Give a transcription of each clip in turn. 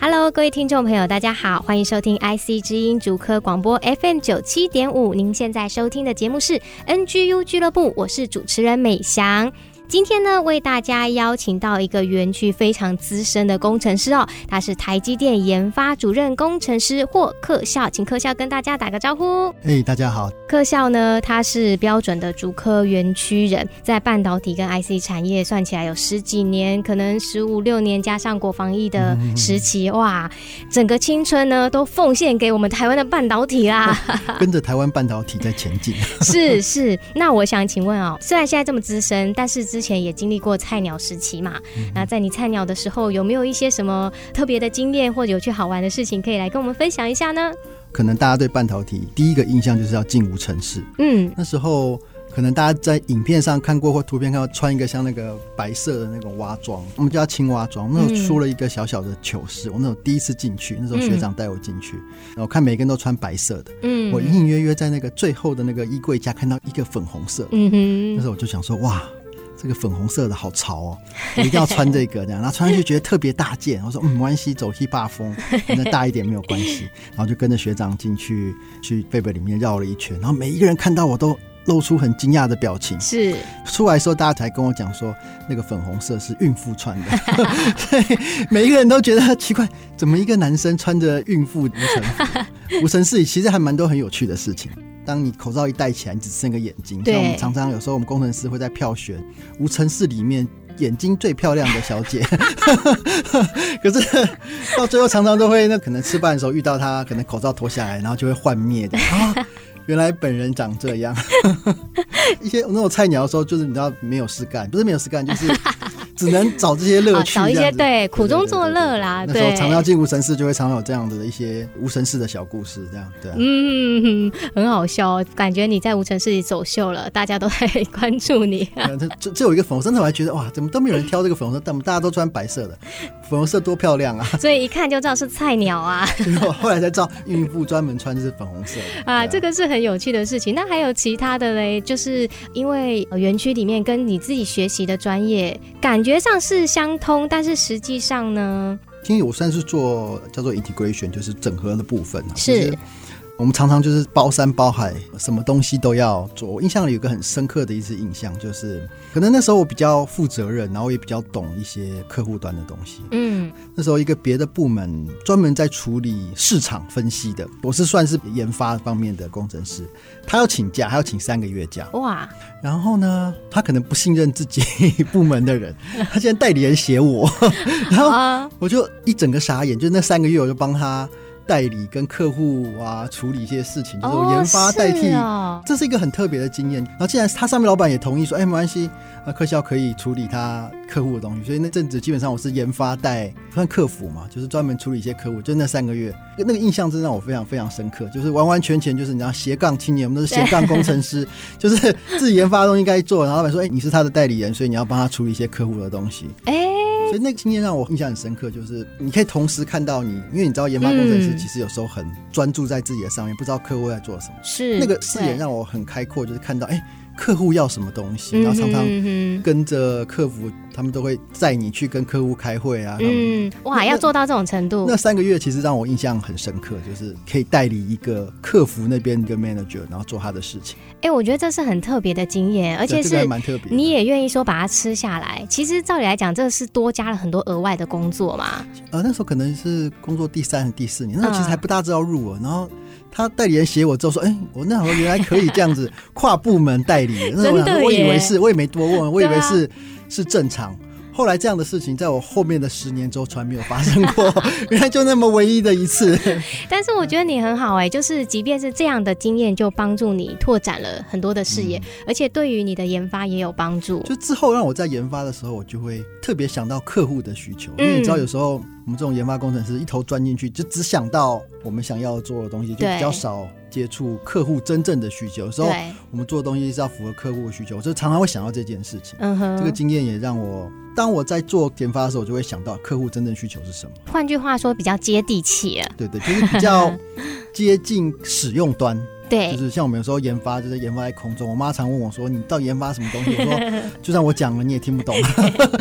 Hello，各位听众朋友，大家好，欢迎收听 IC 之音竹科广播 FM 九七点五。您现在收听的节目是 NGU 俱乐部，我是主持人美翔。今天呢，为大家邀请到一个园区非常资深的工程师哦，他是台积电研发主任工程师霍克孝，请克孝跟大家打个招呼。嘿、哎大家好，科校呢，它是标准的竹科园区人，在半导体跟 IC 产业算起来有十几年，可能十五六年，加上国防疫的时期，哇，整个青春呢都奉献给我们台湾的半导体啦。跟着台湾半导体在前进。 是是，那我想请问哦，虽然现在这么资深，但是之前也经历过菜鸟时期嘛，那在你菜鸟的时候，有没有一些什么特别的经验或者有趣好玩的事情可以来跟我们分享一下呢？可能大家对半导体第一个印象就是要进无尘室，嗯，那时候。可能大家在影片上看过或图片看到穿一个像那个白色的那种蛙装，我们叫它青蛙装。那时候出了一个小小的糗事，我那时候第一次进去，那时候学长带我进去，然后看每个人都穿白色的，嗯我隐隐约约在那个最后的那个衣柜架看到一个粉红色的，嗯那哼，时候我就想说，哇，这个粉红色的好潮哦， 我一定要穿这个，这样，然后穿上去觉得特别大件。我说，嗯，没关系，走 hip hop 风，反正大一点没有关系。然后就跟着学长进去，去贝贝里面绕了一圈，然后每一个人看到我都。露出很惊讶的表情，是出来的时候大家才跟我讲说，那个粉红色是孕妇穿的， 所以每一个人都觉得奇怪，怎么一个男生穿着孕妇无尘服？无尘室 里其实还蛮多很有趣的事情。当你口罩一戴起来，你只剩个眼睛。对像我们常常有时候我们工程师会在票选无尘室里面眼睛最漂亮的小姐， 可是到最后常常都会那可能吃饭的时候遇到她，可能口罩脱下来，然后就会幻灭的啊。原来本人长这样， 一些那种菜鸟的时候，就是你知道没有事干，不是没有事干，就是 只能找这些乐趣这啊找样一些子，对苦中作乐啦对对对对对那时候常常进无神室，就会常有这样子的一些无神室的小故事，这样对啊。嗯，很好笑，感觉你在无尘室里走秀了，大家都在 关注你。嗯这这这有一个粉红色，那时候我还觉得哇，怎么都没有人挑这个粉红色，但我们大家都穿白色的， 粉红色多漂亮啊！ 所以一看就知道是菜鸟啊结果后来才知道，孕妇专门穿的是粉红色的啊，这对个是很有趣的事情。那还有其他的嘞，就是因为呃园区里面跟你自己学习的专业感觉上是相通，但是实际上呢，其实我算是做叫做 integration，就是整合的部分啊。是就我们常常就是包山包海，什么东西都要做。我印象里有个很深刻的一次印象，就是可能那时候我比较负责任，然后也比较懂一些客户端的东西。嗯那时候一个别的部门专门在处理市场分析的，我是算是研发方面的工程师，他要请假，还要请三个月假。哇，然后呢，他可能不信任自己部门的人，他竟然代理人写我，然后啊我就一整个傻眼，就那三个月，我就帮他代理跟客户啊处理一些事情，就是我研发代替。哦是哦这是一个很特别的经验，然后既然他上面老板也同意说，哎、没关系，啊，客销可以处理他客户的东西，所以那阵子基本上我是研发带算客服嘛，就是专门处理一些客户，就那三个月，那个印象真让我非常非常深刻，就是完完全全就是你知道斜杠青年，我们都是斜杠工程师，就是自己研发的东西该做，然后老板说，哎、你是他的代理人，所以你要帮他处理一些客户的东西，哎，所以那个经验让我印象很深刻，就是你可以同时看到你，因为你知道研发工程师嗯其实有时候很专注在自己的上面，不知道客户在做什么。是那个视野让我很开阔，就是看到哎、客户要什么东西，然后常常嗯哼跟着客服，他们都会载你去跟客户开会啊。他们嗯，哇，那要做到这种程度那，三个月其实让我印象很深刻，就是可以代理一个客服那边的 manager，然后做他的事情，哎，我觉得这是很特别的经验，而而且这个是还蛮特别的。你也愿意说把它吃下来。其实照理来讲，这是多加了很多额外的工作嘛。呃，那时候可能是工作第三、第四年，那时候其嗯实还不大知道入我，然后他代理人写我之后说，哎、我那时候原来可以 这样子跨部门代理，那时候我真的想说我以耶为是，我也没多问，我以对啊为是、是正常。后来这样的事情在我后面的十年周传没有发生 过，原来就那么唯一的一次。但是我觉得你很好哎、就是即便是这样的经验，就帮助你拓展了很多的视野，而且对于你的研发也有帮助。嗯就之后让我在研发的时候，我就会特别想到客户的需求，因为你嗯知道有时候我们这种研发工程师一头钻进去，就只想到我们想要做的东西，就对比较少接触客户真正的需求。有时候对，我们做的东西是要符合客户的需求，就常常会想到这件事情。嗯哼，这个经验也让我，当我在做研发的时候，我就会想到客户真正需求是什么。换句话说，比较接地气了。对对，就是比较 接近使用端。就对，是像我们有时候研发，就是研发在空中。我妈常问我说：“你到底研发什么东西？”我说：“ 就算我讲了，你也听不懂。”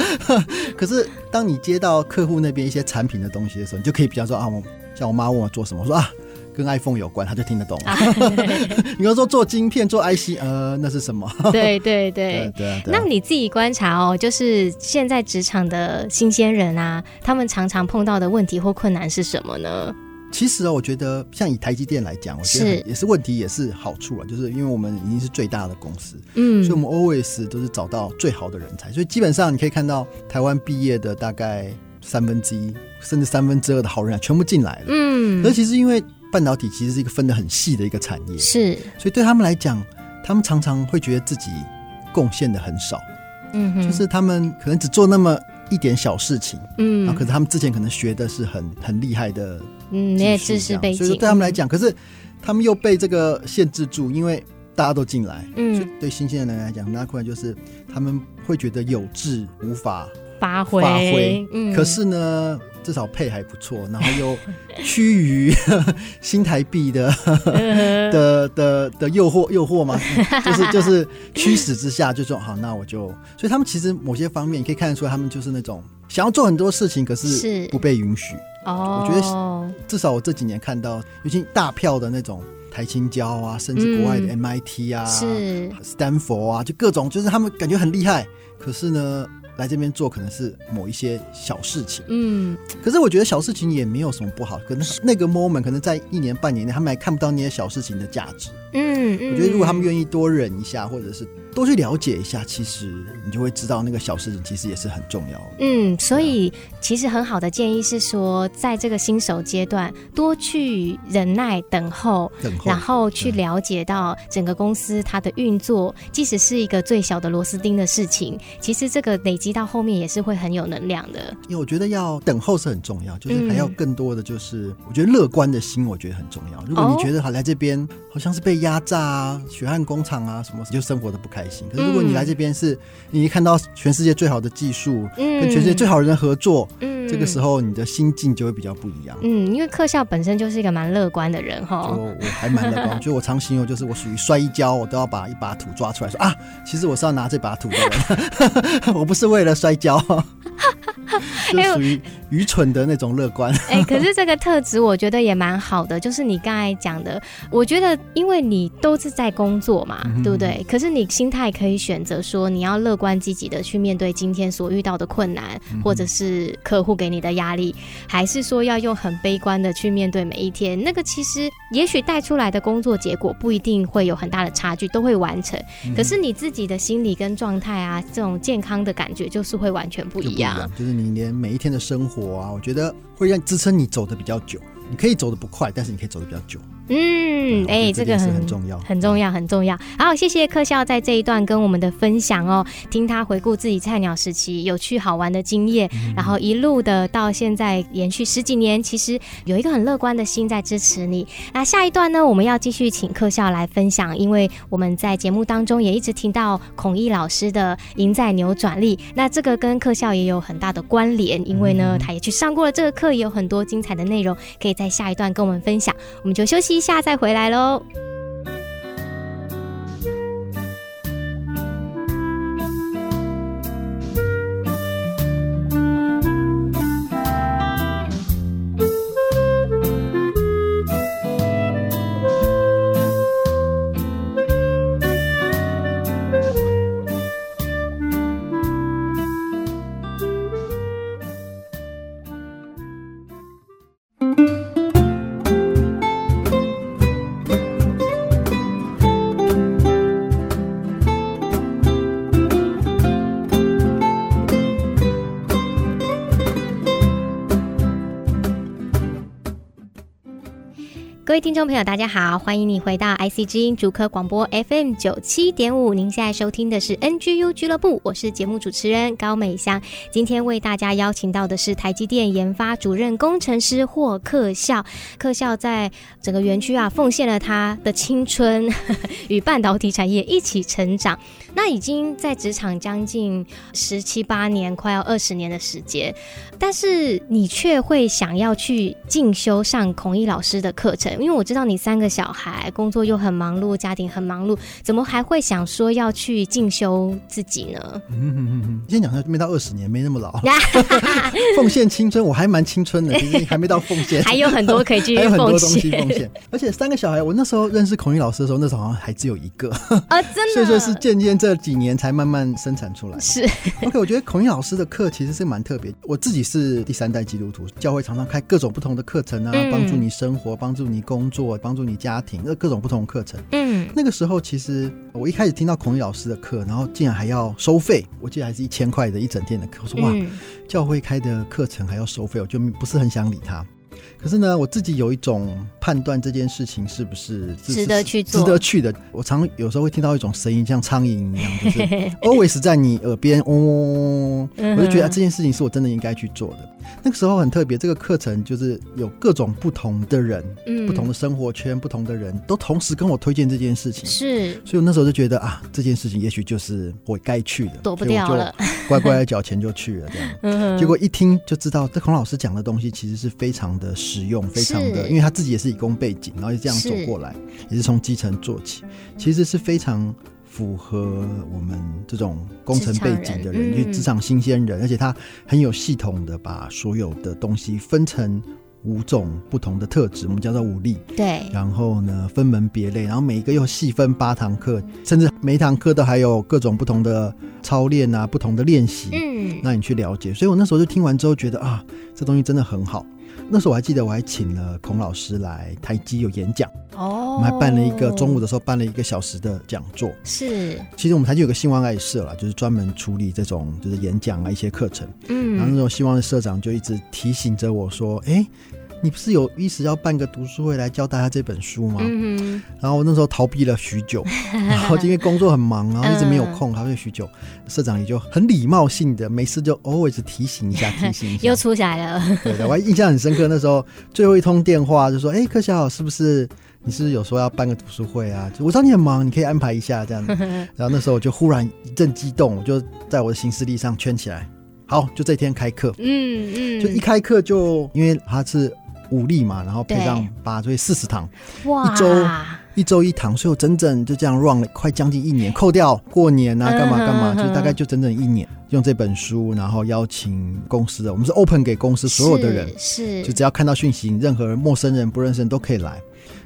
可是当你接到客户那边一些产品的东西的时候，你就可以比较说啊，我像我妈问我做什么，我说啊。跟 iPhone 有关，她就听得懂啊了。你要说做晶片、做 IC，呃，那是什么？对对对对。 对啊对那啊。你自己观察哦，就是现在职场的新鲜人啊，他们常常碰到的问题或困难是什么呢？其实啊，我觉得像以台积电来讲，我觉得是很也是问题，也是好处啊，就是因为我们已经是最大的公司，嗯所以我们 always 都是找到最好的人才。所以基本上你可以看到台湾毕业的大概三分之一，甚至三分之二的好人才啊全部进来了。嗯而，其实因为半导体其实是一个分得很细的一个产业，是，所以对他们来讲，他们常常会觉得自己贡献的很少，嗯哼，就是他们可能只做那么一点小事情，然后嗯可是他们之前可能学的是很很厉害的嗯，你技也术这知识样，背所以景嗯说，对他们来讲，可是他们又被这个限制住，因为大家都进来，嗯所以对新鲜的人来讲，很大困难就是他们会觉得有志无法发挥，发挥，嗯，可是呢，至少配还不错，然后又趋于 新台 币的嗯的的的诱惑诱惑嘛，就是就是驱使之下，就说好，那我就，所以他们其实某些方面你可以看得出来，他们就是那种想要做很多事情，可是是不被允许。哦，我觉得至少我这几年看到，尤其大票的那种台青交啊，甚至国外的嗯 MIT 啊、是，斯坦福啊，就各种，就是他们感觉很厉害，可是呢，来这边做可能是某一些小事情。嗯，可是我觉得小事情也没有什么不好，可能那个 moment 可能在一年半年内，他们还看不到那些小事情的价值。嗯嗯，我觉得如果他们愿意多忍一下，或者是多去了解一下，其实你就会知道那个小事情其实也是很重要的。嗯，所以其实很好的建议是说，在这个新手阶段，多去忍耐等候，等候然后去对了解到整个公司它的运作，即使是一个最小的螺丝钉的事情，其实这个累积到后面也是会很有能量的。因为我觉得要等候是很重要，就是还要嗯更多的就是，我觉得乐观的心，我觉得很重要。如果哦你觉得好来这边好像是被压榨啊、血汗工厂啊什么，你就生活的不开心。可是如果嗯你来这边是，你一看到全世界最好的技术，嗯，跟全世界最好的人合作，嗯这个时候你的心境就会比较不一样。嗯，因为课校本身就是一个蛮乐观的人就 哈。我还蛮乐观，就我常形容就是我属于摔一跤，我都要把一把土抓出来说啊，其实我是要拿这把土的人， 我不是为了摔跤， 就哎呦属于愚蠢的那种乐观。 哎、可是这个特质我觉得也蛮好的，就是你刚才讲的，我觉得因为你都是在工作嘛，嗯哼对不对？可是你心态可以选择说，你要乐观积极的去面对今天所遇到的困难，嗯或者是客户给你的压力，还是说要用很悲观的去面对每一天？那个其实也许带出来的工作结果不一定会有很大的差距，都会完成。嗯可是你自己的心理跟状态啊，这种健康的感觉就是会完全不就一不一样样。，就是你连每一天的生活啊，我觉得会让支撑你走得比较久。你可以走得不快，但是你可以走得比较久。嗯，对哎、我这觉个得这件事很很重要很重要，很重要。好，谢谢克校在这一段跟我们的分享哦，听他回顾自己菜鸟时期有趣好玩的经验，嗯然后一路的到现在延续十几年，其实有一个很乐观的心在支持你。那下一段呢，我们要继续请克校来分享，因为我们在节目当中也一直听到孔毅老师的《赢在扭转力》，那这个跟克校也有很大的关联，因为嗯呢，他也去上过了这个课，也有很多精彩的内容可以在下一段跟我们分享。我们就休息一下再回来喽。各位听众朋友，大家好，欢迎你回到 IC 之音竹科广播 FM 九七点五。您现在收听的是 NGU 俱乐部，我是节目主持人高美香。今天为大家邀请到的是台积电研发主任工程师霍克孝。克孝在整个园区啊，奉献了他的青春 与半导体产业一起成长。那已经在职场将近十七八年，快要二十年的时间，但是你却会想要去进修上孔毅老师的课程，因为我知道你三个小孩工作又很忙碌，家庭很忙碌，怎么还会想说要去进修自己呢？嗯哼哼哼，先讲一下，没到二十年，没那 么老。奉献青春，我还蛮青春的，其实 还没到奉献， 还有很多可以继续还有很多奉东西献奉 献。而且三个小孩，我那时候认识孔颖老师的时候，那时候好像还只有一个，啊，真所的以说是渐渐这几年才慢慢生产出来。是 OK，我觉得孔颖老师的课其实是蛮特别。我自己是第三代基督徒，教会常常开各种不同的课程啊嗯，帮助你生活，帮助你工作，帮助你家庭，那各种不同的课程。嗯那个时候，其实呃我一开始听到孔颖老师的课，然后竟然还要收费，我记得还是一千块的一整天的课，我说哇，嗯教会开的课程还要收费，我就不是很想理他。可是呢，我自己有一种判断这件事情是不是是值得是去做值得去的。我常有时候会听到一种声音，像苍蝇一样，就 是 always 在你耳边嗡嗡嗡嗡嗡嗯哼我就觉得、啊这件事情是我真的应该去做的。那个时候很特别，这个课程就是有各种不同的人、嗯不同的生活圈、不同的人都同时跟我推荐这件事情，嗯是所以我那时候就觉得啊，这件事情也许就是我该去的，躲不掉所以我了就 乖乖的缴钱就去了这样。嗯结果一听就知道，这孔老师讲的东西其实是非常的实用，非常的，是因为他自己也是理工背景，然后就这样走是过来，也是从基层做起，其实是非常符合我们这种工程背景职场的人，人因嗯为职场新鲜人，而且他很有系统的把所有的东西分成五种不同的特质，我们叫做五力，对然后呢，分门别类，然后每一个又细分八堂课，甚至每一堂课都还有各种不同的操练啊，不同的练习，嗯那你去了解。所以我那时候就听完之后觉得啊，这东西真的很好。那时候我还记得，我还请了孔老师来台积有演讲，哦我们还办了一个中午的时候办了一个小时的讲座。是其实我们台积有个兴旺爱社啦，就是专门处理这种就是演讲啊一些课程。然后那嗯时候兴旺的社长就一直提醒着我说：“哎、你不是有意识要办个读书会来教大家这本书吗？”嗯哼然后我那时候逃避了许 久，然后就因为工作很忙，然后一直没有空，逃避了许久。社长也就很礼貌性的，没事就 always 提醒一下，提醒 一又下。出来了，对的，我还印象很深刻，那时候最后一通电话就说：“哎，柯小，是不是你是不是有说要办个读书会啊？就我知道你很忙，你可以安排一下这样子。” 然后那时候我就忽然一阵激动，我就在我的行事历上圈起来，好，就这天开课。嗯嗯，就一开课就因为它是五例嘛，然后配上对八，所以四十堂。哇一周一周一堂，所以我整整就这样 run 了快将近一年，扣掉过年啊嗯干嘛干嘛，嗯就大概就整整一年用这本书，然后邀请公司的，我们是 open 给公司所有的人，是就只要看到讯息，任何人陌生人、不认识人都可以来，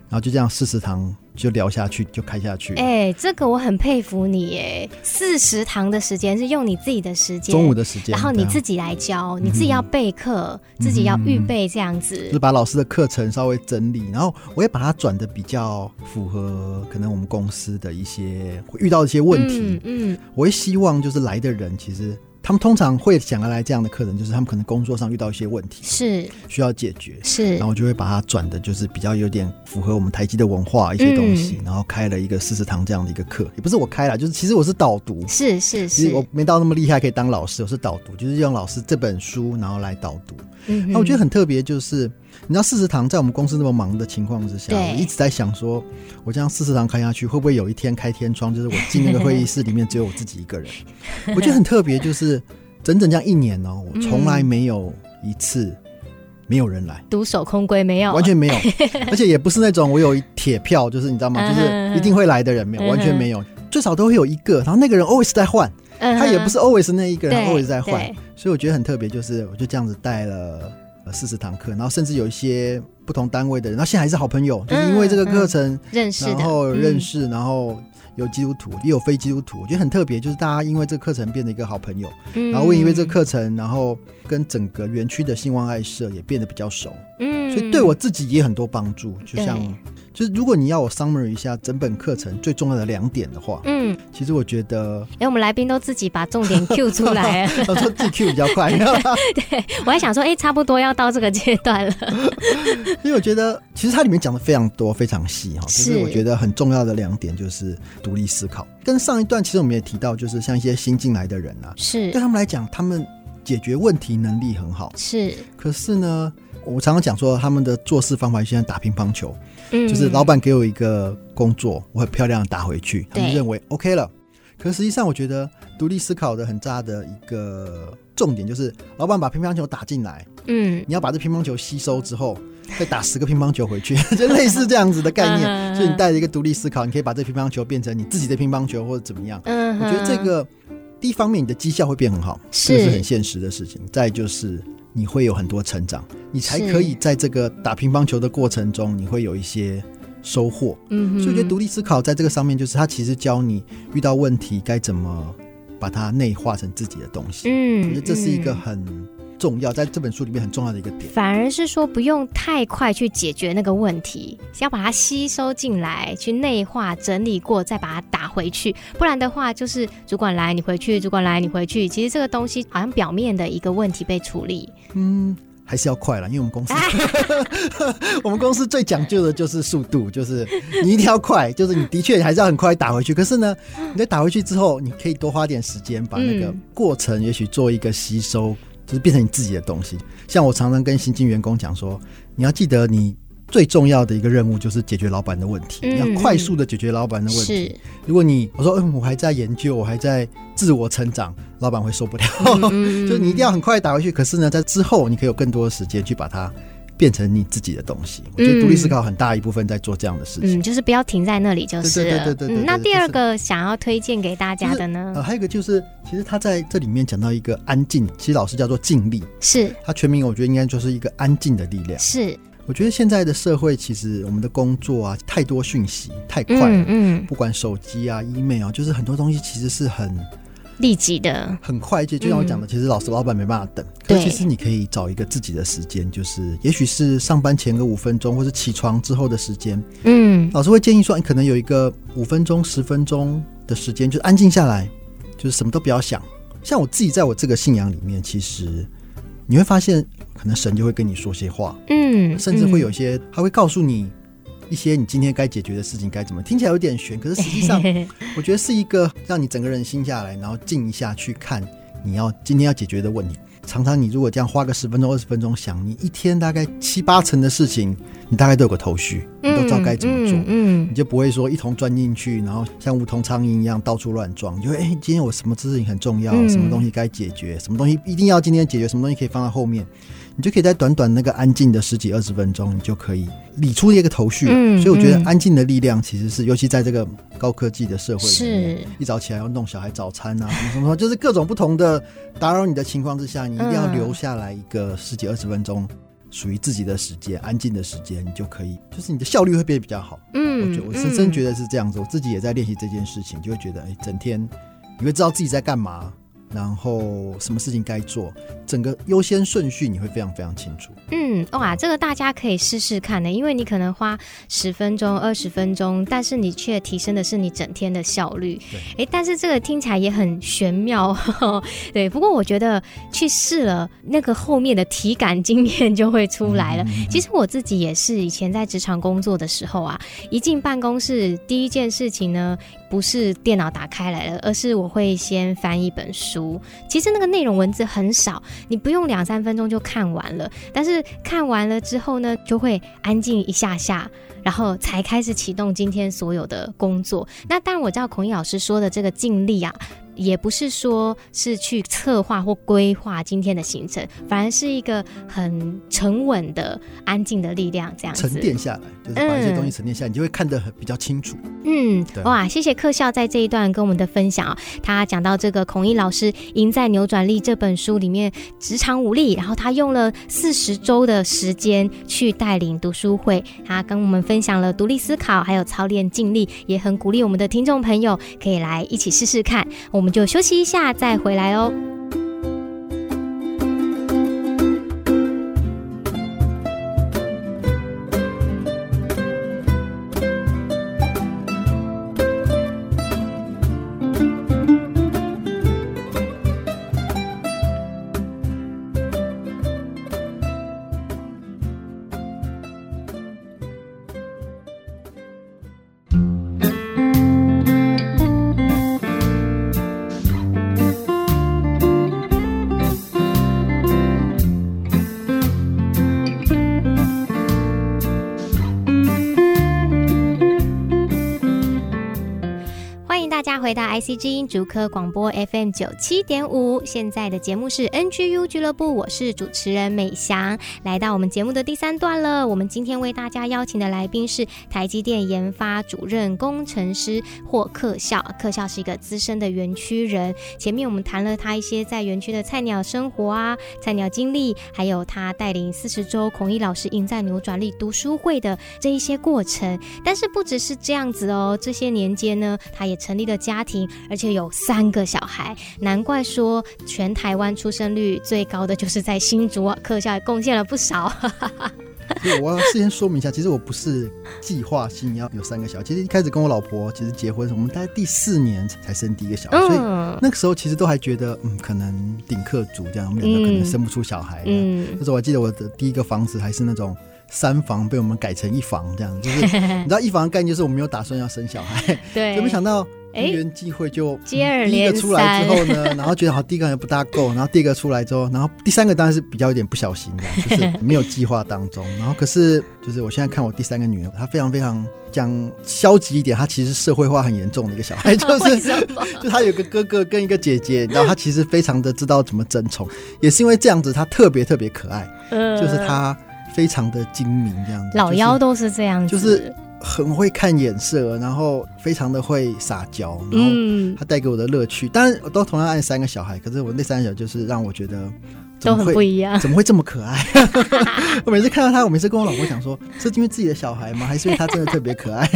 然后就这样四十堂就聊下去，就开下去。哎、这个我很佩服你哎，四十堂的时间是用你自己的时间，中午的时间，然后你对啊嗯自己来教，你自己要备课，自己要预备这样子就是，把老师的课程稍微整理，然后我也把它转的比较符合可能我们公司的一些会遇到一些问题，嗯嗯，我会希望就是来的人，其实他们通常会想要来这样的课程，就是他们可能工作上遇到一些问题是需要解决，是然后我就会把它转的，就是比较有点符合我们台积的文化一些东西，然后开了一个四十堂这样的一个课，也不是我开了，就是其实我是导读。是是其实我是，没到那么厉害，可以当老师。我是导读，就是用老师这本书，然后来导读。嗯那我觉得很很特别，就是你知道四十堂在我们公司那么忙的情况之下，对我一直在想说，我这样四十堂开下去，会不会有一天开天窗，就是我进那个会议室里面只有我自己一 个人？我觉得很特别，就是整整这样一年哦，我嗯从来没有一次没有人来。独守空闺没有，完 全没有，而且也不是那种我有一铁票，就是你知道吗？就是嗯一定会来的人，没有，完全没有，最少都会有一个，然后那个人 always 在换，嗯哼，他也不是 always 那一个人对他，always 在换对，所以我觉得很特别，就是我就这样子带了呃四十堂课，然后甚至有一些不同单位的人，然后现在还是好朋友，就是因为这个课程，认识嗯的，然后嗯认识，然后有基督徒，也有非基督徒，我觉得很特别，就是大家因为这个课程变得一个好朋友，嗯然后因为这个，课程，然后跟整个园区的兴旺爱社也变得比较熟，嗯嗯所以对我自己也很多帮助，就像对。就是如果你要我 summary 一下整本课程最重要的两点的话，嗯，其实我觉得 哎、我们来宾都自己把重点 Q 出来了，我说 GQ 比较快， 我还想说，哎、差不多要到这个阶段了。 因为我觉得其实它里面讲的非常多，非常细哈。就是是我觉得很重要的两点就是独立思考，跟上一段其实我们也提到，就是像一些新进来的人啊，是对他们来讲，他们解决问题能力很好，是，可是呢，我常常讲说他们的做事方法就像打乒乓球，嗯，就是老板给我一个工作，我很漂亮地打回去，他们对认为 OK 了。可实际上，我觉得独立思考的很大的一个重点就是，老板把乒乓球打进来，嗯，你要把这乒乓球吸收之后，再打十个乒乓球回去， 就类似这样子的概 念。嗯所以你带着一个独立思考，你可以把这乒乓球变成你自己的乒乓球，或者怎么样。嗯我哼，觉得这个第一方面，你的绩效会变很好，是这个是很现实的事情。再就是你会有很多成长，你才是可以在这个打乒乓球的过程中，你会有一些收获。嗯哼，所以我觉得独立思考在这个上面，就是它其实教你遇到问题该怎么把它内化成自己的东西。嗯，我觉得这是一个嗯很重要，在这本书里面很重要的一个点。反而是说不用太快去解决那个问题，要把它吸收进来，去内化、整理过，再把它打回去。不然的话，就是主管来你回去，主管来你回去。其实这个东西好像表面的一个问题被处理，嗯，还是要快了，因为我们公司， 我们公司最讲究的就是速度，就是你一定要快，就是你的确还是要很快打回去。可是呢，你在打回去之后，你可以多花点时间，把那个嗯过程也许做一个吸收，就是变成你自己的东西。像我常常跟新进员工讲说，你要记得你。最重要的一个任务就是解决老板的问题，嗯你要快速的解决老板的问题。是如果你我说，嗯，我还在研究，我还在自我成长，老板会受不了。嗯 就你一定要很快打回去。可是呢，在之后你可以有更多的时间去把它变成你自己的东西。我觉得独立思考很大一部分在做这样的事情。嗯，就是不要停在那里就是了。对对对对对对嗯，那对第就是二个想要推荐给大家的呢呃，还有一个就是，其实他在这里面讲到一个安静，其实老师叫做静力，是啊它全名我觉得应该就是一个安静的力量。是，我觉得现在的社会，其实我们的工作啊，太多讯息，太快了，嗯嗯，不管手机啊、email 啊，就是很多东西其实是很立即的，很快，就就像我讲的，其实老师老板没办法等，可对是其实你可以找一个自己的时间，就是也许是上班前个五分钟，或是起床之后的时间。嗯老师会建议说，你可能有一个五分钟、十分钟的时间，就安静下来，就是什么都不要想。像我自己在我这个信仰里面，其实你会发现，可能神就会跟你说些话，嗯，甚至会有嗯一些他会告诉你一些你今天该解决的事情该怎么。听起来有点悬，可是实际 上我觉得是一个让你整个人心下来，然后静一下去看你要今天要解决的问题。常常你如果这样花个十分钟、二十分钟想，你一天大概七八成的事情，你大概都有个头绪，你都知道该怎么做。嗯嗯你就不会说一头钻进去，然后像无头苍蝇一样到处乱撞。你就会哎、今天我什么事情很重要，嗯什么东西该解决，什么东西一定要今天解决，什么东西可以放在后面，你就可以在短短那个安静的十几二十分钟，你就可以理出一个头绪。嗯所以我觉得嗯安静的力量其实是，尤其在这个高科技的社会里面是，一早起来要弄小孩早餐啊，什么什么什么，就是各种不同的打扰你的情况之下，你一定要嗯留下来一个十几二十分钟。属于自己的时间，安静的时间，你就可以，就是你的效率会变得比较好。我嗯，觉我深深觉得得是这样子，我自己也在练习这件事情，就会觉得哎、整天你会知道自己在干嘛，然后什么事情该做，整个优先顺序你会非常非常清楚。嗯，哇，这个大家可以试试看的，因为你可能花十分钟、二十分钟，但是你却提升的是你整天的效率。哎，但是这个听起来也很玄妙、 哦，对。不过我觉得去试了，那个后面的体感经验就会出来嗯了。其实我自己也是，以前在职场工作的时候啊，一进办公室第一件事情呢，不是电脑打开来了，而是我会先翻一本书。其实那个内容文字很少，你不用两三分钟就看完了。但是看完了之后呢，就会安静一下下，然后才开始启动今天所有的工作。那当然，我知道孔毅老师说的这个尽力啊。也不是说是去策划或规划今天的行程，反而是一个很沉稳的、安静的力量，这样子。沉淀下来，就是把一些嗯东西沉淀下来，你就会看得很比较清楚。嗯，对哇，谢谢克校在这一段跟我们的分享啊、他讲到这个孔毅老师《赢在扭转力》这本书里面职场武力，然后他用了四十周的时间去带领读书会，他跟我们分享了独立思考，还有操练尽力，也很鼓励我们的听众朋友可以来一起试试看。我们就休息一下再回来哦。 IC 之音竹科广播 FM 九七点五，现在的节目是 NGU 俱乐部，我是主持人美翔，来到我们节目的第三段了。我们今天为大家邀请的来宾是台积电研发主任工程师霍克孝，克孝是一个资深的园区人。前面我们谈了他一些在园区的菜鸟生活啊，菜鸟经历，还有他带领四十周孔毅老师赢在扭转力读书会的这一些过程。但是不只是这样子哦，这些年间呢，他也成立了家庭，而且有三个小孩，难怪说全台湾出生率最高的就是在新竹啊，课下贡献了不 少。所以我要事先说明一下，其实我不是计划性要有三个小孩。其实一开始跟我老婆其实结婚，我们大概第四年才生第一个小孩，所以嗯那个时候其实都还觉得，嗯，可能顶客族这样，我们两个可能生不出小孩。嗯，嗯那时候我还记得我的第一个房子还是那种三房，被我们改成一房这样，就是 你知道一房的概念就是我们没有打算要生小孩，对，就没想到哎因缘际会就接二第一连个出来之三后呢，然后觉得好第一个好像不大够，然后第二个出来之后，然后第三个当然是比较有点不小心的，就是没有计划当中。然后可是就是我现在看我第三个女儿，她非常非常讲消极一点，她其实社会化很严重的一个小 孩，就为是什么？就她有个哥哥跟一个姐 姐，然后她其实非常的知道怎么争宠，也是因为这样子，她特别特别可爱，呃 就是她非常的精明这样子，老就是妖都是这样子，就是很会看眼色，然后非常的会撒娇，然后。嗯，它带给我的乐趣。当然，我都同样爱三个小孩，可是我那三个小孩就是让我觉得都怎么很会不一样。怎么会这么 可爱？我每次看到他，我每次跟我老婆讲说，是因为自己的小孩吗？还是因为他真的特别可爱？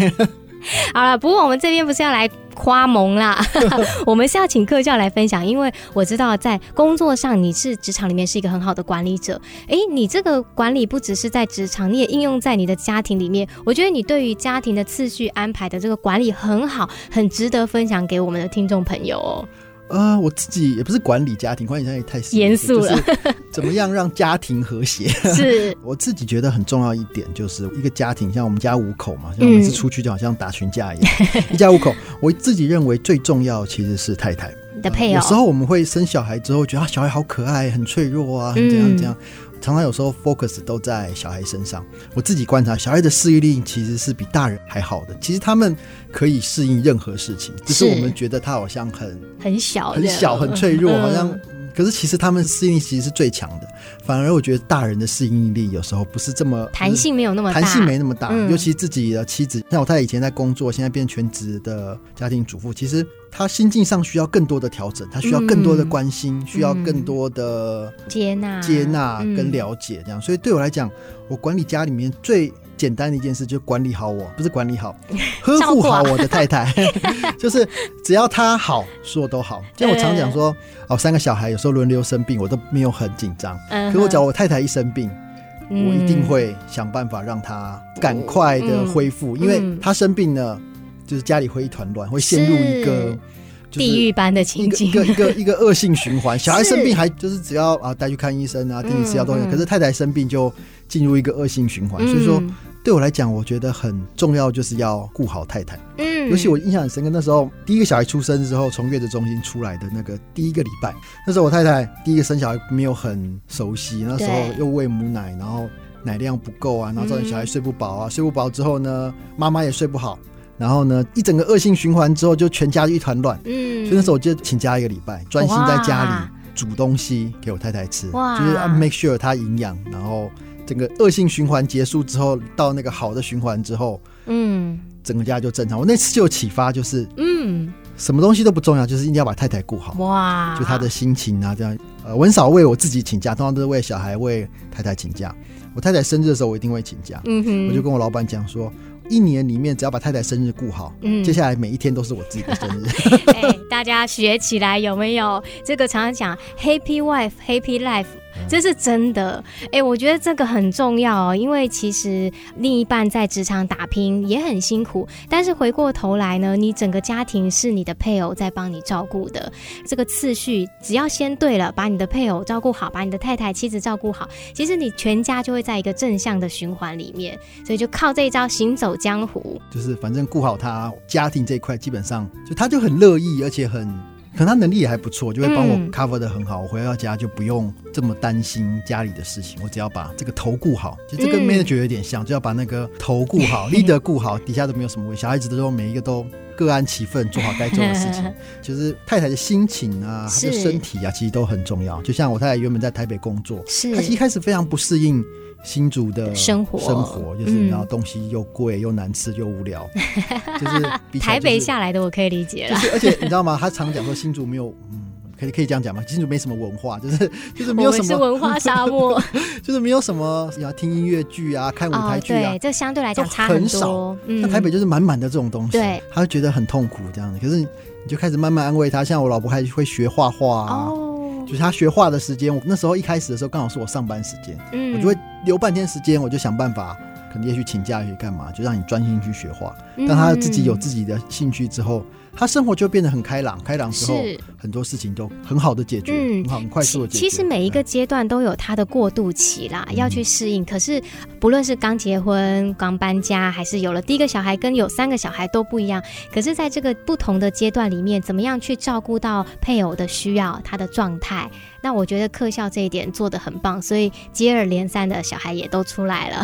好了，不过我们这边不是要来夸萌啦， 我们是要请课教来分享，因为我知道在工作上你是职场里面是一个很好的管理者，诶，你这个管理不只是在职场，你也应用在你的家庭里面。我觉得你对于家庭的次序安排的这个管理很好，很值得分享给我们的听众朋友 哦。呃，我自己也不是管理家庭，管理家庭太严肃了，就是怎么样让家庭和谐？ 是，我自己觉得很重要一点，就是一个家庭，像我们家五口嘛，像每次出去就好像打群架一 样，一家五口。我自己认为最重要其实是太太。你的配有时偶，候我们会生小孩之后，觉得啊小孩好可爱，很脆弱啊，很怎样嗯怎样。常常有时候 focus 都在小孩身上。我自己观察，小孩的适应力其实是比大人还好的。其实他们可以适应任何事情，只是是我们觉得他好像很很小的，很小、很脆弱，嗯好像。可是其实他们适应力其实是最强的，反而我觉得大人的适应力有时候不是这么弹。性没有那么大，弹性没那么大，嗯尤其自己的妻子，像我太太以前在工作，现在变全职的家庭主妇，其实她心境上需要更多的调整，她需要更嗯多的关心，需要更多的接纳，接纳嗯跟了解，这样。所以对我来讲，我管理家里面最简单的一件事，就是管理好我，不是管 理好，呵照护顾好好我的 太太， 就是只要她好，所有都好。像我常讲说，哦，三个小孩有时候轮流生病，我都没有很紧张。嗯哼可我只要我太太一生病，我一定嗯会想办法让他赶快的恢复，嗯因为他生病呢，就是家里会一团乱，会陷入一个是就是嗯地狱般的一情个景，一个一个一个恶性 循环。小孩生病还就是只要啊带去看医生啊，定期吃药都很嗯嗯可是太太生病就进入一个恶性循环。所以说，嗯对我来讲，我觉得很重要就是要顾好太太。嗯尤其我印象很深刻，那时候第一个小孩出生之后，从月子中心出来的那个第一个礼拜，那时候我太太第一个生小孩没有很熟悉，那时候对又喂母奶，然后奶量不够啊，然后造成小孩嗯睡不饱啊，睡不饱之后呢，妈妈也睡不好，然后呢，一整个恶性循环之后，就全家一团乱。嗯，所以那时候我就请假一个礼拜，专心在家哇里煮东西给我太太吃，哇就是要 make sure 她营养，然后整个恶性循环结束之后，到那个好的循环之后，嗯整个家就正常。我那次就有启发，就是嗯什么东西都不重要，就是一定要把太太顾好，哇，就她的心情啊，这样。呃，我很少为我自己请假，通常都是为小孩、为太太请假。我太太生日的时候，我一定会请假。嗯哼，我就跟我老板讲说，一年里面只要把太太生日顾好，嗯接下来每一天都是我自己的生日。 哎、大家学起来有没有？这个常常讲 happy wife happy life。这是真的，哎、我觉得这个很重要哦，因为其实另一半在职场打拼也很辛苦，但是回过头来呢，你整个家庭是你的配偶在帮你照顾的，这个次序只要先对了，把你的配偶照顾好，把你的太太、妻子照顾好，其实你全家就会在一个正向的循环里面，所以就靠这一招行走江湖，就是反正顾好他家庭这一块，基本上就他就很乐意，而且很可能他能力也还不错，就会帮我嗯 cover 的很好。我回到家就不用这么担心家里的事情，我只要把这个头顾好，就这跟嗯 manager 有点像，就要把那个头顾好，leader 顾好，底下都没有什么问题。小孩子的时候每一个都个案气氛，做好该做的事 情。就是太太的心情啊，她的是身体啊，其实都很重要。就像我太太原本在台北工作，是她一开始非常不适应新竹的嗯生活生活就是你知道嗯东西又贵又难吃又 无聊，就是比起来 台就北是下来的我可以理解就了，是而且你知道吗？她常讲说新竹没有，嗯，可以可以这样讲吗？新竹没什么文化，就是就是没有我什们是么，文化沙 漠就是没有什么要听音乐剧啊，看舞哦台，剧啊对，，这相对来讲都差很少多。嗯那台北就是满满的这种东西，对，他会觉得很痛苦这样子。可是你你就开始慢慢安慰他，像我老婆还会学画画啊，哦就，是她学画的时间，我那时候一开始的时候刚好是我上班时间，嗯我就会留半天时间，我就想办法，可能也许请假也许干嘛，就让你专心去学画。嗯当他自己有自己的兴趣之后，他生活就变得很开朗，开朗之后是很多事情都很好的解决，嗯很好很快速的解决。其其实每一个对阶段都有它的过渡期啦，嗯要去适应。可是不论是刚结婚、刚搬家，还是有了第一个小孩跟有三个小孩都不一样。可是在这个不同的阶段里面，怎么样去照顾到配偶的需要、他的状态？那我觉得课校这一点做得很棒，所以接二连三的小孩也都出来了。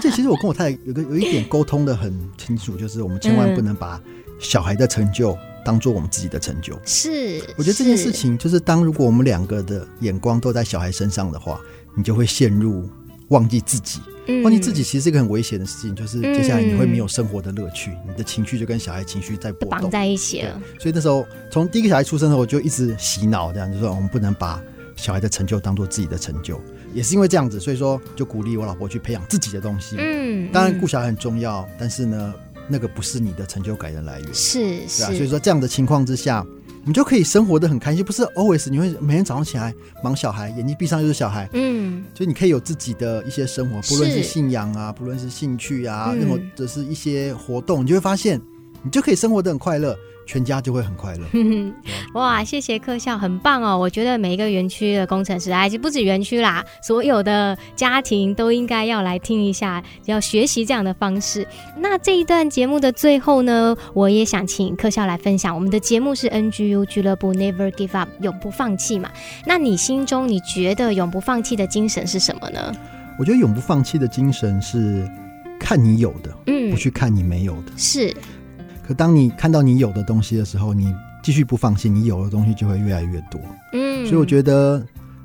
这其实我跟我太太有个有一点沟通的很清楚，就是我们千嗯万不能把小孩的成就当做我们自己的成就。是，我觉得这件是事情就是，当如果我们两个的眼光都在小孩身上的话，你就会陷入忘记自己。嗯忘记自己其实是一个很危险的事情，就是接下来你会没有生活的乐趣，你的情绪就跟小孩情绪在嗯波绑动。在一起了。所以那时候从第一个小孩出生的时候，我就一直洗脑，这样就说我们不能把小孩的成就当做自己的成就。也是因为这样子，所以说就鼓励我老婆去培养自己的东西。嗯，当然，嗯顾小孩很重要，但是呢，那个不是你的成就感的来源。是对是，啊，所以说这样的情况之下，你就可以生活的很开心，不是 always 你会每天早上起来忙小孩，眼睛闭上就是小孩，嗯，就你可以有自己的一些生活，是不论是信仰啊，不论是兴趣啊，嗯那么者是一些活动，你就会发现你就可以生活的很快乐，全家就会很快乐。嗯哇，谢谢科校，很棒哦！我觉得每一个园区的工程师，哎，就不止园区啦，所有的家庭都应该要来听一下，要学习这样的方式。那这一段节目的最后呢，我也想请科校来分享，我们的节目是 NGU 俱乐部 Never Give Up，永不放弃嘛。那你心中你觉得永不放弃的精神是什么呢？我觉得永不放弃的精神是看你有的，嗯不，去看你没有的。是可当你看到你有的东西的时候，你继续不放弃，你有的东西就会越来越多。嗯，所以我觉得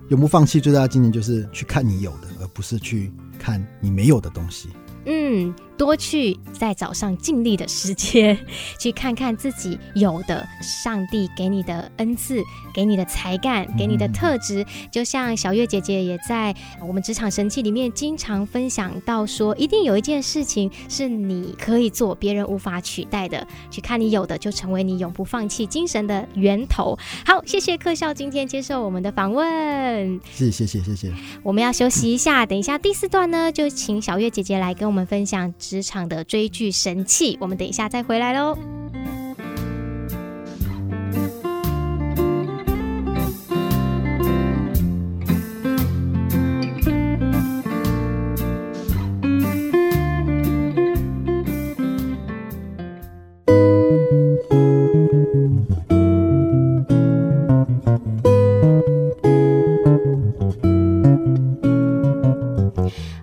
永不放弃最大的精神就是去看你有的，而不是去看你没有的东西。嗯，多去在早上尽力的时间，去看看自己有的上帝给你的恩赐，给你的才干，给你的特质。就像小月姐姐也在呃我们职场神器里面经常分享到说，一定有一件事情是你可以做，别人无法取代的。去看你有的，就成为你永不放弃精神的源头。好，谢谢克校今天接受我们的访问。谢谢谢谢谢谢，我们要休息一下，等一下第四段呢，就请小月姐姐来跟我们分享职场的追剧神器。我们等一下再回来喽。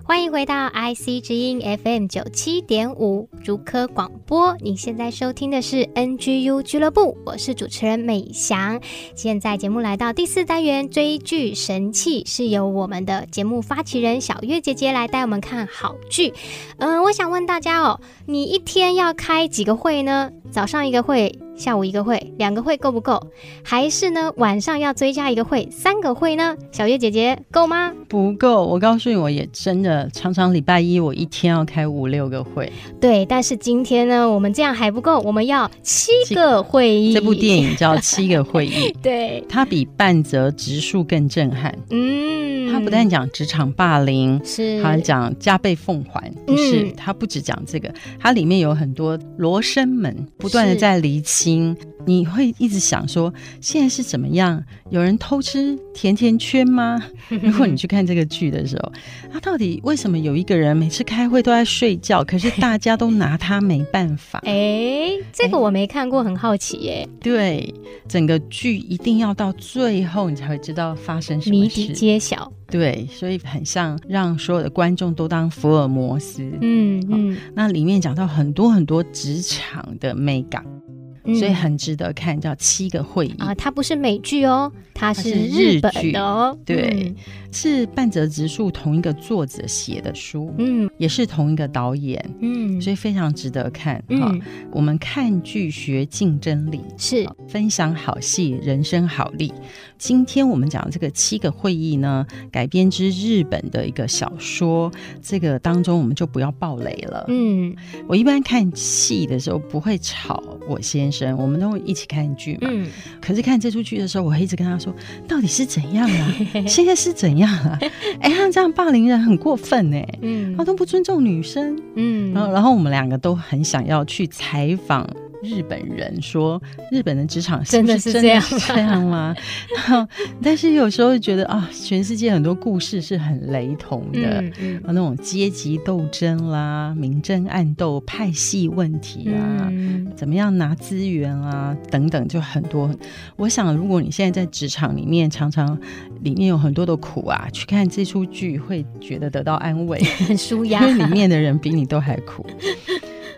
欢迎回到 IC 之音 FM 九七点五竹科广播，您现在收听的是 NGU 俱乐部，我是主持人美翔。现在节目来到第四单元追剧神器，是由我们的节目发起人小月姐姐来带我们看好剧。嗯，我想问大家哦，你一天要开几个会呢？早上一个会，下午一个会，两个会够不够？还是呢，晚上要追加一个会，三个会呢？小月姐姐够吗？不够，我告诉你，我也真的常常礼拜一我一天要开五六个会。对，但是今天呢，我们这样还不够，我们要七个会议。这部电影，影叫《七个会议》，对，它比半泽直树更震撼。嗯，它啊不但讲职场霸凌，是，还讲加倍奉还，嗯就是它不只讲这个，它里面有很多罗生门，不断的是？在厘清。你会一直想说，现在是怎么样？有人偷吃甜甜圈吗？如果你去看这个剧的时候，他到底为什么有一个人每次开会都在睡觉，可是大家都拿他没办法 哎，这个哎我没看过，很好奇耶，对，整个剧一定要到最后你才会知道发哎生什么谜底事。揭晓。对，所以很像让所有的观众都当福尔摩斯。哦嗯嗯，那里面讲到很多很多职场的美感，嗯所以很值得看，叫《七个会议》啊、它不是美剧哦，它它是是日日本剧的哦。对是半泽直树同一个作者写的书，嗯，也是同一个导演，嗯嗯，所以非常值得看哈嗯。我们看剧学竞争力，是分享好戏，人生好力。今天我们讲这个七个会议呢，改编之日本的一个小说，这个当中我们就不要爆雷了。嗯我一般看戏的时候不会吵我先生，我们都会一起看剧嘛。嗯可是看这出剧的时候，我会一直跟他说，到底是怎 样啊？现在是怎样啊？哎、他这样霸凌人很过分哎、嗯他都不尊重女生，嗯然后，然后我们两个都很想要去采访日本人，说日本的职场是真不的是是真的是这样吗？ 然后，但是有时候觉得啊，全世界很多故事是很雷同的。嗯嗯啊，那种阶级斗争啦、明争暗斗、派系问题啊，嗯怎么样拿资源啊，等等，就很多。我想，如果你现在在职场里面，常常里面有很多的苦啊，去看这出剧会觉得得到安慰。很嗯 舒压，因为里面的人比你都还苦。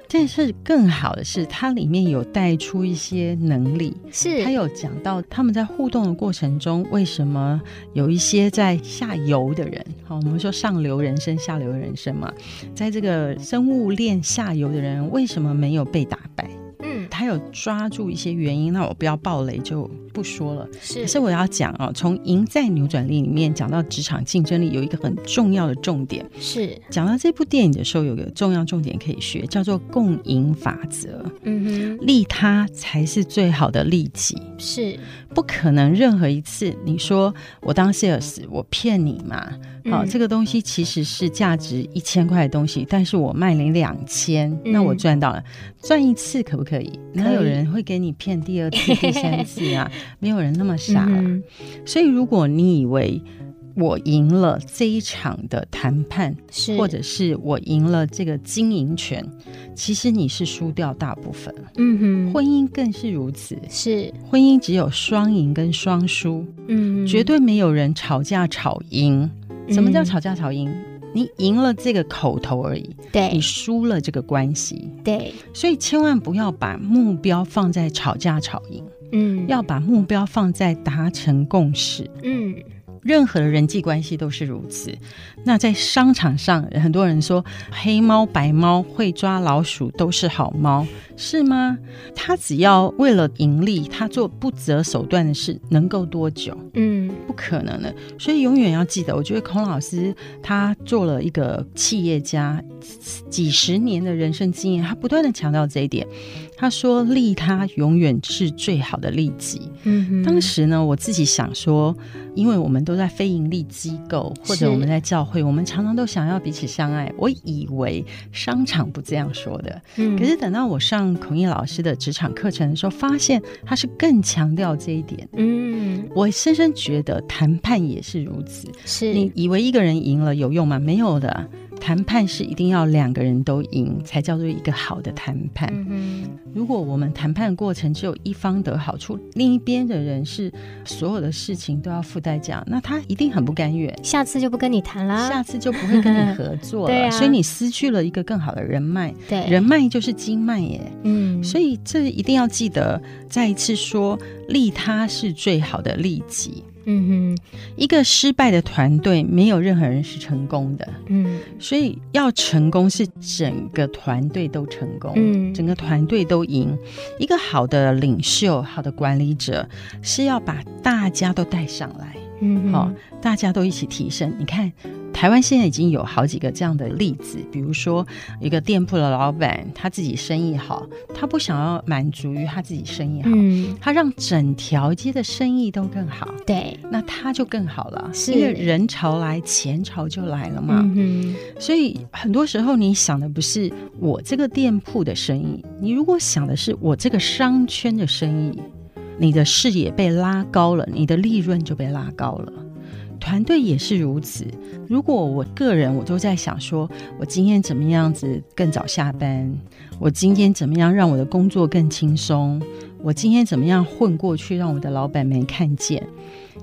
但是更好的是，它里面有带出一些能力，是它有讲到他们在互动的过程中，为什么有一些在下游的人，好，我们说上流人生、下流人生嘛，在这个生物链下游的人，为什么没有被打败？嗯他有抓住一些原因，那我不要暴雷就不说了。是可是我要讲哦，从《赢在扭转力》里面讲到职场竞争力，有一个很重要的重点，是讲到这部电影的时候，有个重要重点可以学，叫做共赢法则。嗯利他才是最好的利己，哼是不可能任何一次你说我当 sales 我骗你嘛？好、嗯这个东西其实是价值一千块的东西，但是我卖你两千，嗯那我赚到了，赚一次可不可 以？哪有人会给你骗第二次、第三次啊？没有人那么傻了。嗯哼所以如果你以为我赢了这一场的谈判，是或者是我赢了这个经营权，其实你是输掉大部分。嗯哼婚姻更是如此，是婚姻只有双赢跟双输，嗯绝对没有人吵架吵赢。什么叫吵架吵赢？你赢了这个口头而已，你对输了这个关系。对所以千万不要把目标放在吵架吵赢，嗯要把目标放在达成共识。嗯任何的人际关系都是如此。那在商场上，很多人说黑猫白猫会抓老鼠都是好猫，是吗？他只要为了盈利，他做不择手段的事，能够多久？嗯不可能的。所以永远要记得，我觉得孔老师他做了一个企业家几十年的人生经验，他不断的强调这一点。他说，利他永远是最好的利己。嗯哼当时呢，我自己想说，因为我们都在非盈利机构或是者我们在教会，我们常常都想要彼此相爱。我以为商场不这样说的，嗯可是等到我上孔毅老师的职场课程的时候，发现他是更强调这一点。嗯我深深觉得谈判也是如此。是你以为一个人赢了有用吗？没有的，谈判是一定要两个人都赢才叫做一个好的谈判。嗯哼如果我们谈判过程只有一方得好处，另一边的人是所有的事情都要付代价，那他一定很不甘愿，下次就不跟你谈下啦，次就不会跟你合作啊 对了。啊所以你失去了一个更好的人脉，对人脉就是经脉耶。嗯所以这一定要记得，再一次说，利他是最好的利己。嗯哼一个失败的团队，没有任何人是成功的。嗯所以要成功是整个团队都成功，嗯整个团队都赢。一个好的领袖、好的管理者是要把大家都带上来，嗯好、哼大家都一起提升。你看。台湾现在已经有好几个这样的例子，比如说一个店铺的老板，他自己生意好，他不想要满足于他自己生意好，嗯他让整条街的生意都更好，对那他就更好了，是因为人潮来，钱潮就来了嘛。嗯所以很多时候，你想的不是我这个店铺的生意，你如果想的是我这个商圈的生意，你的视野被拉高了，你的利润就被拉高了。团队也是如此。如果我个人，我都在想说，我今天怎么样子更早下班，我今天怎么样让我的工作更轻松，我今天怎么样混过去，让我的老板们看见。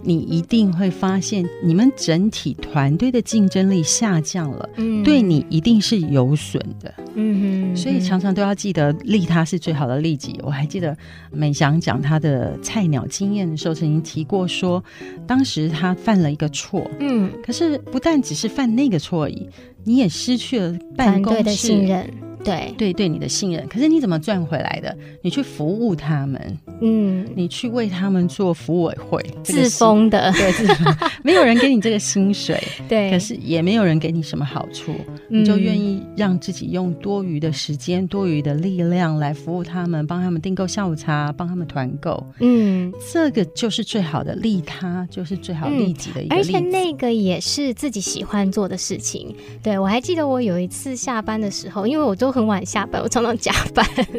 你一定会发现，你们整体团队的竞争力下降了，嗯对，你一定是有损的。嗯哼，所以常常都要记得利他是最好的利己。我还记得美翔讲他的菜鸟经验的时候，曾经提过说，当时他犯了一个错，嗯，可是不但只是犯那个错而已，你也失去了办团公队室的信，任，对，对对你的信任。可是你怎么赚回来的？你去服务他们，嗯，你去为他们做服委会，这个自是封的，对自 封，没有人给你这个薪水，对，可是也没有人给你什么好处，嗯你就愿意让自己用多余的时间、多余的力量来服务他们，帮他们订购下午茶，帮他们团购，嗯，这个就是最好的利他，就是最好利己的一个而例子。且那个也是自己喜欢做的事情。对我还记得我有一次下班的时候，因为我都很晚下班，我常常加班。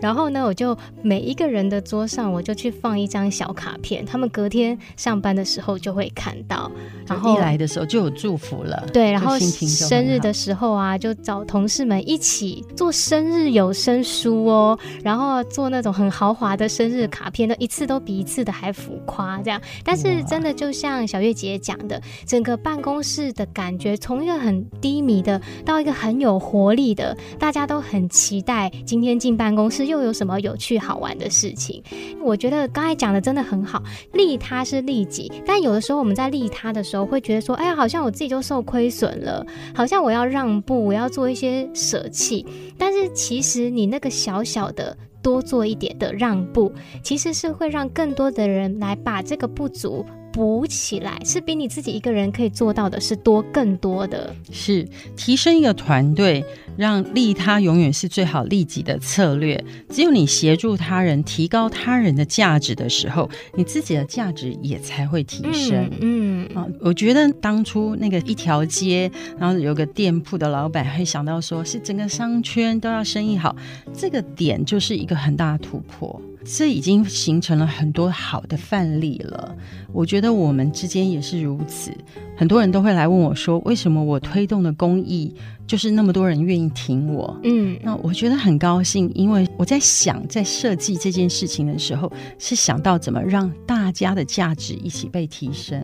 然后呢，我就每一个人的桌上，我就去放一张小卡片，他们隔天上班的时候就会看到。然就后一来的时候就有祝福了，对，然就后心情就很生日好的时候啊，就找同事们一起做生日有声书哦，然后做那种很豪华的生日卡片，都一次都比一次的还浮夸这样。但是哇真的就像小月姐讲的，整个办公室的感觉从一个很低迷的到一个很有活力的，大家都很期待今天进办公室又有什么有趣好玩的事情。我觉得刚才讲的真的很好，利他是利己，但有的时候我们在利他的时候，会觉得说，哎呀，好像我自己就受亏损了，好像我要让步，我要做一些舍弃。但是其实你那个小小的多做一点的让步，其实是会让更多的人来把这个不足。补起来是比你自己一个人可以做到的，是多更多的。是提升一个团队，让利他永远是最好利己的策略。只有你协助他人，提高他人的价值的时候，你自己的价值也才会提升。嗯，嗯啊，我觉得当初那个一条街，然后有个店铺的老板会想到说，是整个商圈都要生意好，这个点就是一个很大的突破。这已经形成了很多好的范例了。我觉得我们之间也是如此。很多人都会来问我说，为什么我推动的公益就是那么多人愿意挺我？嗯那我觉得很高兴，因为我在想，在设计这件事情的时候，是想到怎么让大家的价值一起被提升。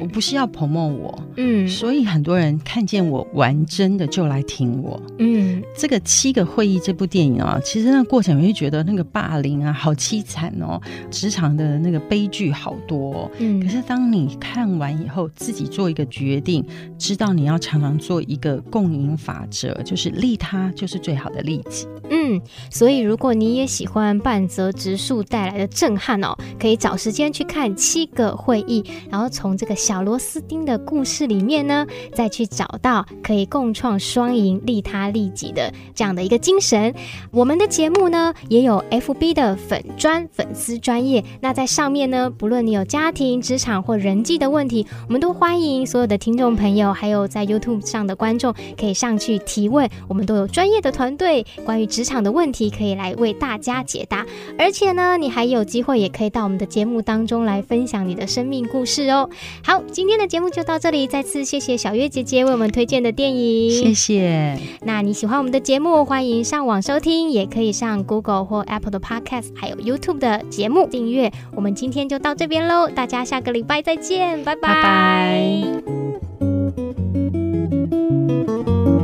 我嗯不是要 promote 我，嗯所以很多人看见我玩真的就来听我。嗯这个《七个会议》这部电影啊，其实那个过程我就觉得那个霸凌啊，好凄惨哦，职场的那个悲剧好多、哦。可嗯是当你看完以后，自己做一个决定，知道你要常常做一个共赢法则，就是利他就是最好的利己。嗯，所以如果你也喜欢半泽直树带来的震撼哦，可以找时间去看《七个会议》，然后从这个小螺丝钉的故事里面呢，再去找到可以共创双赢、利他利己的这样的一个精神。我们的节目呢也有 FB 的粉专粉丝专业，那在上面呢，不论你有家庭、职场或人际的问题，我们都欢迎所有的听众朋友，还有在 YouTube 上的观众可以上去提问，我们都有专业的团队，关于职场的问题可以来为大家解答。而且呢，你还有机会也可以到我们的节目当中来分享你的生命故事哦。好，今天的节目就到这里，再次谢谢小月姐姐为我们推荐的电影，谢谢，那你喜欢我们的节目，欢迎上网收听，也可以上 Google 或 Apple 的 Podcast，还有 YouTube 的节目订阅。我们今天就到这边喽，大家下个礼拜再见，拜拜。拜拜。